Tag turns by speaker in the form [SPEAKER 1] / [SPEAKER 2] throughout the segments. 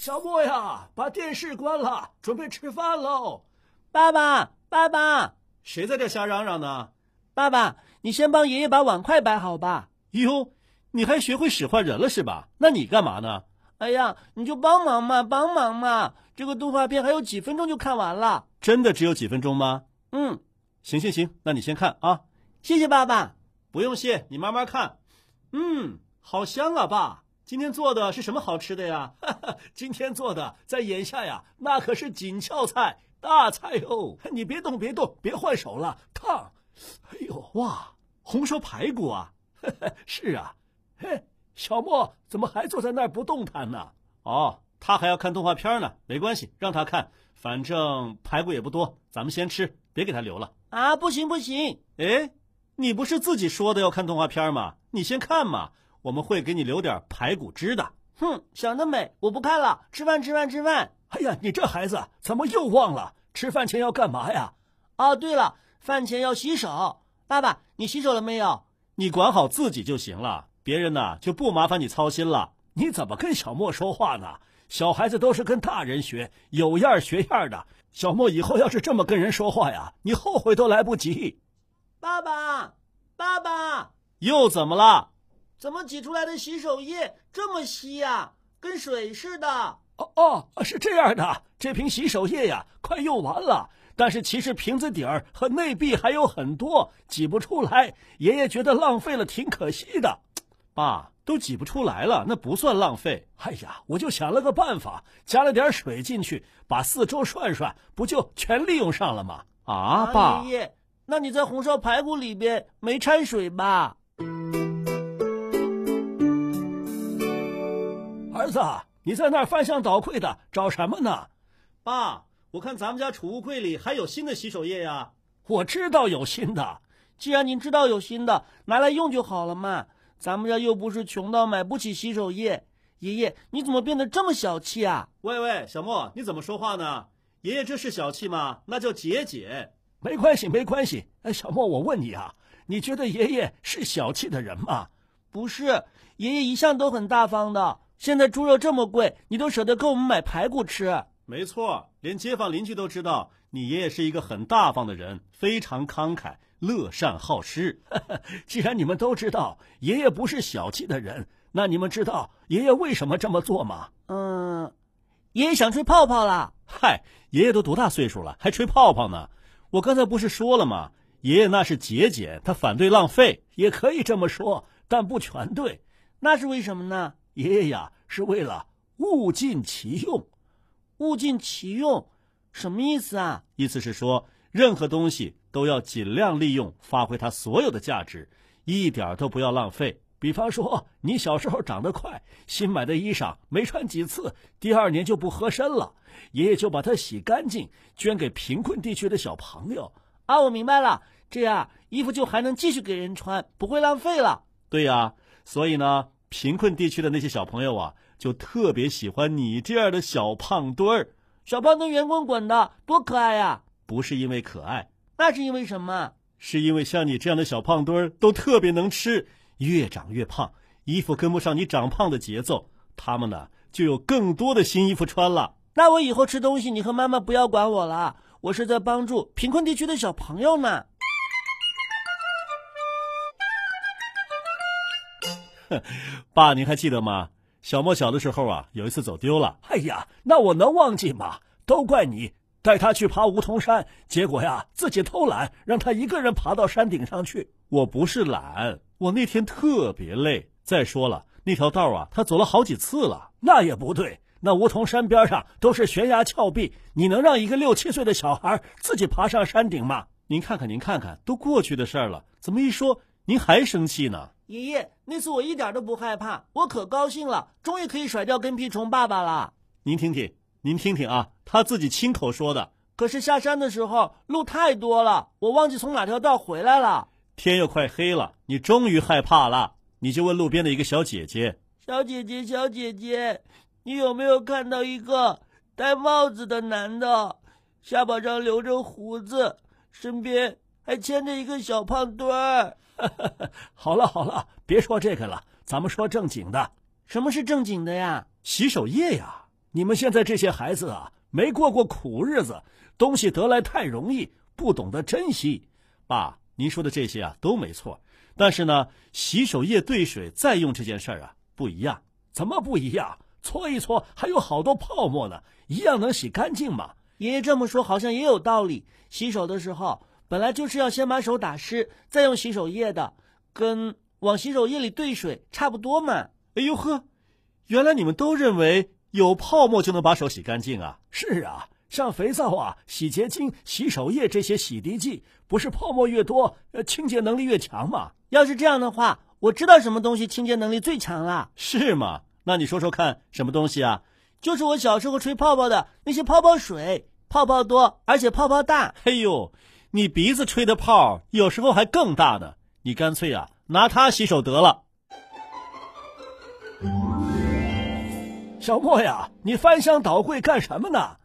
[SPEAKER 1] 小莫呀，把电视关了，准备吃饭喽。
[SPEAKER 2] 爸爸，爸爸，
[SPEAKER 1] 谁在这瞎嚷嚷呢？
[SPEAKER 2] 爸爸，你先帮爷爷把碗筷摆好吧。
[SPEAKER 1] 哟，你还学会使唤人了是吧？那你干嘛呢？
[SPEAKER 2] 哎呀，你就帮忙嘛，帮忙嘛！这个动画片还有几分钟就看完了。
[SPEAKER 1] 真的只有几分钟吗？
[SPEAKER 2] 嗯，
[SPEAKER 1] 行行行，那你先看啊。
[SPEAKER 2] 谢谢爸爸。
[SPEAKER 1] 不用谢，你慢慢看。嗯，好香啊，爸！今天做的是什么好吃的呀？ 哈哈，今天做的在眼下呀，那可是锦俏菜，大菜哦！你别动，别动，别换手了，烫！哎呦哇，红烧排骨啊！ 哈哈，是啊，嘿，小莫怎么还坐在那儿不动弹呢？哦，他还要看动画片呢，没关系，让他看，反正排骨也不多，咱们先吃，别给他留了。
[SPEAKER 2] 啊，不行不行，
[SPEAKER 1] 哎，你不是自己说的要看动画片吗？你先看嘛，我们会给你留点排骨汁的。
[SPEAKER 2] 哼，想得美！我不看了，吃饭吃饭吃饭。
[SPEAKER 1] 哎呀，你这孩子怎么又忘了吃饭前要干嘛呀？
[SPEAKER 2] 哦，对了，饭前要洗手。爸爸，你洗手了没有？
[SPEAKER 1] 你管好自己就行了，别人呐就不麻烦你操心了。你怎么跟小莫说话呢？小孩子都是跟大人学，有样儿学样儿的。小莫以后要是这么跟人说话呀，你后悔都来不及。
[SPEAKER 2] 爸爸，爸爸，
[SPEAKER 1] 又怎么了？
[SPEAKER 2] 怎么挤出来的洗手液这么稀呀、跟水似的。
[SPEAKER 1] 哦哦，是这样的，这瓶洗手液呀，快用完了。但是其实瓶子底儿和内壁还有很多，挤不出来。爷爷觉得浪费了，挺可惜的。爸，都挤不出来了，那不算浪费。哎呀，我就想了个办法，加了点水进去，把四周涮涮，不就全利用上了吗？啊，爸，
[SPEAKER 2] 爷爷，哎那你在红烧排骨里边没掺水吧？
[SPEAKER 1] 儿子，你在那儿翻箱倒柜的找什么呢？爸，我看咱们家储物柜里还有新的洗手液呀。我知道有新的，
[SPEAKER 2] 既然您知道有新的，拿来用就好了嘛。咱们家又不是穷到买不起洗手液。爷爷，你怎么变得这么小气啊？
[SPEAKER 1] 喂喂，小莫，你怎么说话呢？爷爷这是小气吗？那叫节俭。没关系，没关系。哎，小莫，我问你啊，你觉得爷爷是小气的人吗？
[SPEAKER 2] 不是，爷爷一向都很大方的。现在猪肉这么贵，你都舍得给我们买排骨吃？
[SPEAKER 1] 没错，连街坊邻居都知道你爷爷是一个很大方的人，非常慷慨，乐善好 施。既然你们都知道爷爷不是小气的人，那你们知道爷爷为什么这么做吗？
[SPEAKER 2] 嗯，爷爷想吹泡泡啦。
[SPEAKER 1] 嗨，爷爷都多大岁数了，还吹泡泡呢？我刚才不是说了吗？爷爷那是节俭，他反对浪费，也可以这么说，但不全对。
[SPEAKER 2] 那是为什么呢？
[SPEAKER 1] 爷爷呀，是为了物尽其用，
[SPEAKER 2] 物尽其用，什么意思啊？
[SPEAKER 1] 意思是说，任何东西都要尽量利用，发挥它所有的价值，一点儿都不要浪费。比方说，你小时候长得快，新买的衣裳没穿几次，第二年就不合身了，爷爷就把它洗干净，捐给贫困地区的小朋友。
[SPEAKER 2] 啊，我明白了，这样衣服就还能继续给人穿，不会浪费了。
[SPEAKER 1] 对呀、所以呢，贫困地区的那些小朋友啊，就特别喜欢你这样的小胖墩儿，
[SPEAKER 2] 小胖墩圆滚滚的，多可爱呀、
[SPEAKER 1] 不是因为可爱，
[SPEAKER 2] 那是因为什么？
[SPEAKER 1] 是因为像你这样的小胖墩儿都特别能吃，越长越胖，衣服跟不上你长胖的节奏，他们呢就有更多的新衣服穿了。
[SPEAKER 2] 那我以后吃东西，你和妈妈不要管我了，我是在帮助贫困地区的小朋友呢。
[SPEAKER 1] 爸，您还记得吗？小莫小的时候啊，有一次走丢了。哎呀，那我能忘记吗？都怪你带他去爬梧桐山，结果呀自己偷懒，让他一个人爬到山顶上去。我不是懒，我那天特别累。再说了，那条道啊，他走了好几次了。那也不对，那梧桐山边上都是悬崖峭壁，你能让一个六七岁的小孩自己爬上山顶吗？您看看，您看看，都过去的事儿了，怎么一说您还生气呢？
[SPEAKER 2] 爷爷，那次我一点都不害怕，我可高兴了，终于可以甩掉跟屁虫爸爸了。
[SPEAKER 1] 您听听，您听听啊，他自己亲口说的。
[SPEAKER 2] 可是下山的时候路太多了，我忘记从哪条道回来了。
[SPEAKER 1] 天又快黑了，你终于害怕了，你就问路边的一个小姐姐：“
[SPEAKER 2] 小姐姐，小姐姐，你有没有看到一个戴帽子的男的，下巴上留着胡子，身边还牵着一个小胖墩儿？”
[SPEAKER 1] 好了好了，别说这个了，咱们说正经的。
[SPEAKER 2] 什么是正经的呀？
[SPEAKER 1] 洗手液呀！你们现在这些孩子啊，没过过苦日子，东西得来太容易，不懂得珍惜。爸，您说的这些啊都没错，但是呢，洗手液兑水再用这件事儿啊不一样。怎么不一样？搓一搓还有好多泡沫呢，一样能洗干净嘛。
[SPEAKER 2] 爷爷这么说好像也有道理。洗手的时候。本来就是要先把手打湿，再用洗手液的，跟往洗手液里兑水差不多嘛。
[SPEAKER 1] 哎呦呵，原来你们都认为有泡沫就能把手洗干净啊？是啊，像肥皂啊、洗洁精、洗手液这些洗涤剂，不是泡沫越多，呃，清洁能力越强嘛？
[SPEAKER 2] 要是这样的话，我知道什么东西清洁能力最强啦？
[SPEAKER 1] 是吗？那你说说看，什么东西啊？
[SPEAKER 2] 就是我小时候吹泡泡的那些泡泡水，泡泡多，而且泡泡大。
[SPEAKER 1] 哎呦！你鼻子吹的泡有时候还更大呢，你干脆啊拿它洗手得了。小莫呀，你翻箱倒柜干什么呢？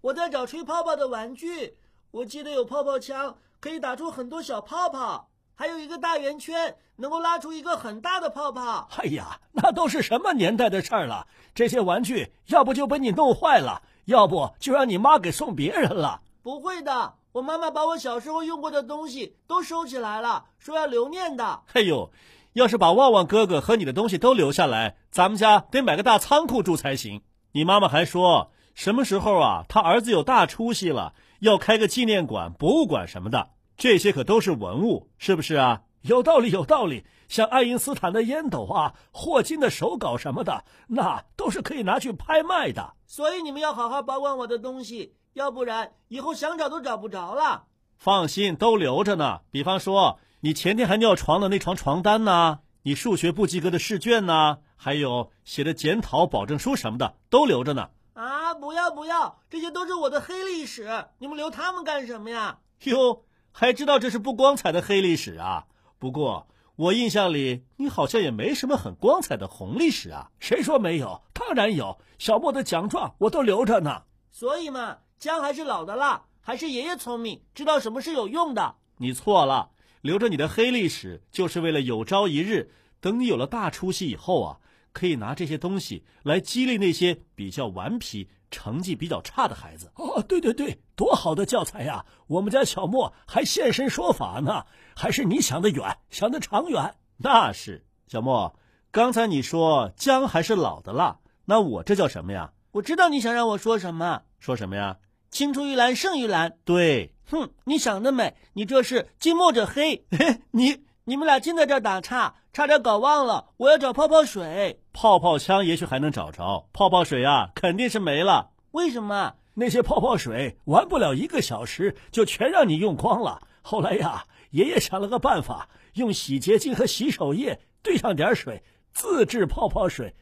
[SPEAKER 2] 我在找吹泡泡的玩具，我记得有泡泡枪，可以打出很多小泡泡，还有一个大圆圈，能够拉出一个很大的泡泡。
[SPEAKER 1] 哎呀，那都是什么年代的事儿了？这些玩具要不就被你弄坏了，要不就让你妈给送别人了。
[SPEAKER 2] 不会的。我妈妈把我小时候用过的东西都收起来了，说要留念的。
[SPEAKER 1] 哎呦，要是把旺旺哥哥和你的东西都留下来，咱们家得买个大仓库住才行。你妈妈还说，什么时候啊，他儿子有大出息了，要开个纪念馆、博物馆什么的。这些可都是文物，是不是啊？有道理，有道理。像爱因斯坦的烟斗啊，霍金的手稿什么的，那都是可以拿去拍卖的。
[SPEAKER 2] 所以你们要好好保管我的东西。要不然以后想找都找不着了。
[SPEAKER 1] 放心，都留着呢。比方说，你前天还尿床的那床床单呐、啊，你数学不及格的试卷呐、啊，还有写的检讨保证书什么的，都留着呢。
[SPEAKER 2] 啊，不要不要，这些都是我的黑历史，你们留他们干什么呀？
[SPEAKER 1] 哟，还知道这是不光彩的黑历史啊？不过我印象里，你好像也没什么很光彩的红历史啊。谁说没有？当然有，小莫的奖状我都留着呢。
[SPEAKER 2] 所以嘛。姜还是老的辣，还是爷爷聪明，知道什么是有用的。
[SPEAKER 1] 你错了，留着你的黑历史，就是为了有朝一日，等你有了大出息以后啊，可以拿这些东西来激励那些比较顽皮、成绩比较差的孩子。哦，对对对，多好的教材呀！我们家小莫还现身说法呢，还是你想得远，想得长远。那是，小莫，刚才你说姜还是老的辣，那我这叫什么呀？
[SPEAKER 2] 我知道你想让我说什么，
[SPEAKER 1] 说什么呀？
[SPEAKER 2] 青出于蓝胜于蓝。
[SPEAKER 1] 对，
[SPEAKER 2] 哼，你想得美！你这是近墨者黑。
[SPEAKER 1] 你
[SPEAKER 2] 你们俩尽在这打岔，差点搞忘了，我要找泡泡水。
[SPEAKER 1] 泡泡枪也许还能找着，泡泡水啊，肯定是没了。
[SPEAKER 2] 为什么？
[SPEAKER 1] 那些泡泡水玩不了一个小时，就全让你用光了。后来呀、啊，爷爷想了个办法，用洗洁精和洗手液兑上点水，自制泡泡水。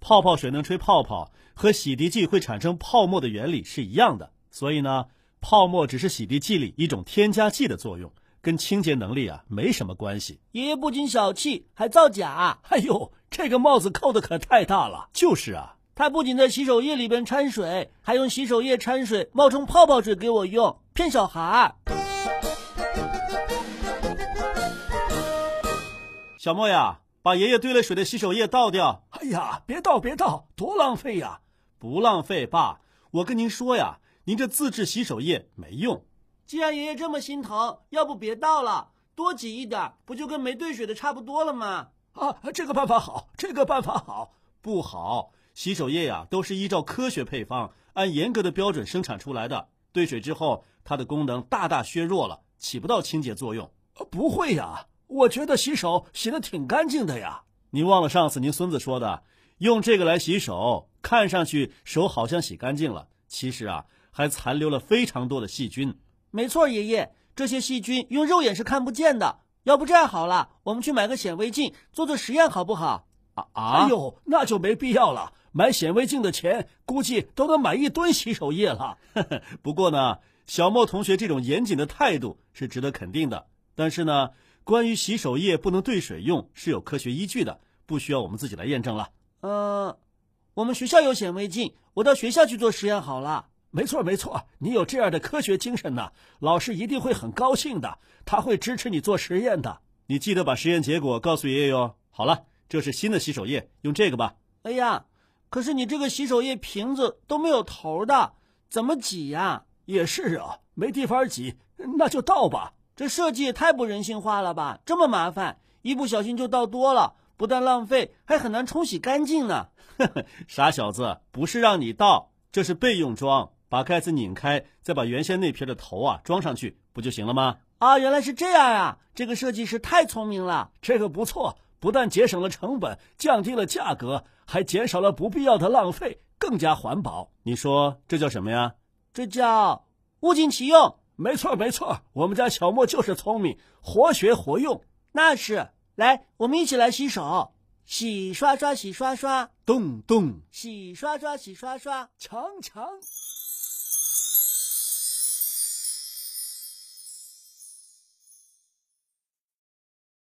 [SPEAKER 1] 泡泡水能吹泡泡，和洗涤剂会产生泡沫的原理是一样的，所以呢，泡沫只是洗涤剂里一种添加剂的作用，跟清洁能力啊没什么关系。
[SPEAKER 2] 爷爷不仅小气，还造假。
[SPEAKER 1] 哎呦，这个帽子扣的可太大了。就是啊，
[SPEAKER 2] 他不仅在洗手液里边掺水，还用洗手液掺水冒充泡泡水给我用，骗小孩儿。
[SPEAKER 1] 小莫呀。把爷爷兑了水的洗手液倒掉。哎呀，别倒，别倒，多浪费呀！不浪费，爸，我跟您说呀，您这自制洗手液没用。
[SPEAKER 2] 既然爷爷这么心疼，要不别倒了，多挤一点，不就跟没兑水的差不多了吗？
[SPEAKER 1] 啊，这个办法好，这个办法好。不好，洗手液呀、啊，都是依照科学配方，按严格的标准生产出来的。兑水之后，它的功能大大削弱了，起不到清洁作用。啊、不会呀。我觉得洗手洗的挺干净的呀。您忘了上次您孙子说的，用这个来洗手，看上去手好像洗干净了，其实啊还残留了非常多的细菌。
[SPEAKER 2] 没错，爷爷，这些细菌用肉眼是看不见的。
[SPEAKER 1] 要不这样好了，我们去买个显微镜做做实验好不好？
[SPEAKER 3] 啊啊！
[SPEAKER 1] 哎
[SPEAKER 3] 呦，那就没必要了。买显微镜的钱，估计都能买一吨洗手液了。
[SPEAKER 1] 不过呢，小莫同学这种严谨的态度是值得肯定的。但是呢，关于洗手液不能兑水用是有科学依据的，不需要我们自己来验证了。呃，我们学校有显微镜，我到学校去做实验好了。
[SPEAKER 3] 没错，没错，你有这样的科学精神呢、啊，老师一定会很高兴的，他会支持你做实验的。
[SPEAKER 1] 你记得把实验结果告诉爷爷哟。好了，这是新的洗手液，用这个吧。哎呀，可是你这个洗手液瓶子都没有头的，怎么挤呀、啊？
[SPEAKER 3] 也是啊，没地方挤，那就倒吧。
[SPEAKER 1] 这设计也太不人性化了吧！这么麻烦，一不小心就倒多了，不但浪费，还很难冲洗干净 呢。傻小子，不是让你倒，这是备用装。把盖子拧开，再把原先那瓶的头啊装上去，不就行了吗？啊，原来是这样啊！这个设计师太聪明了，
[SPEAKER 3] 这个不错，不但节省了成本，降低了价格，还减少了不必要的浪费，更加环保。
[SPEAKER 1] 你说这叫什么呀？这叫物尽其用。
[SPEAKER 3] 没错，没错，我们家小莫就是聪明，活学活用。
[SPEAKER 1] 那是，来，我们一起来洗手。洗刷刷，洗刷刷，
[SPEAKER 4] 咚咚，
[SPEAKER 1] 洗刷刷，洗刷刷，
[SPEAKER 3] 强强。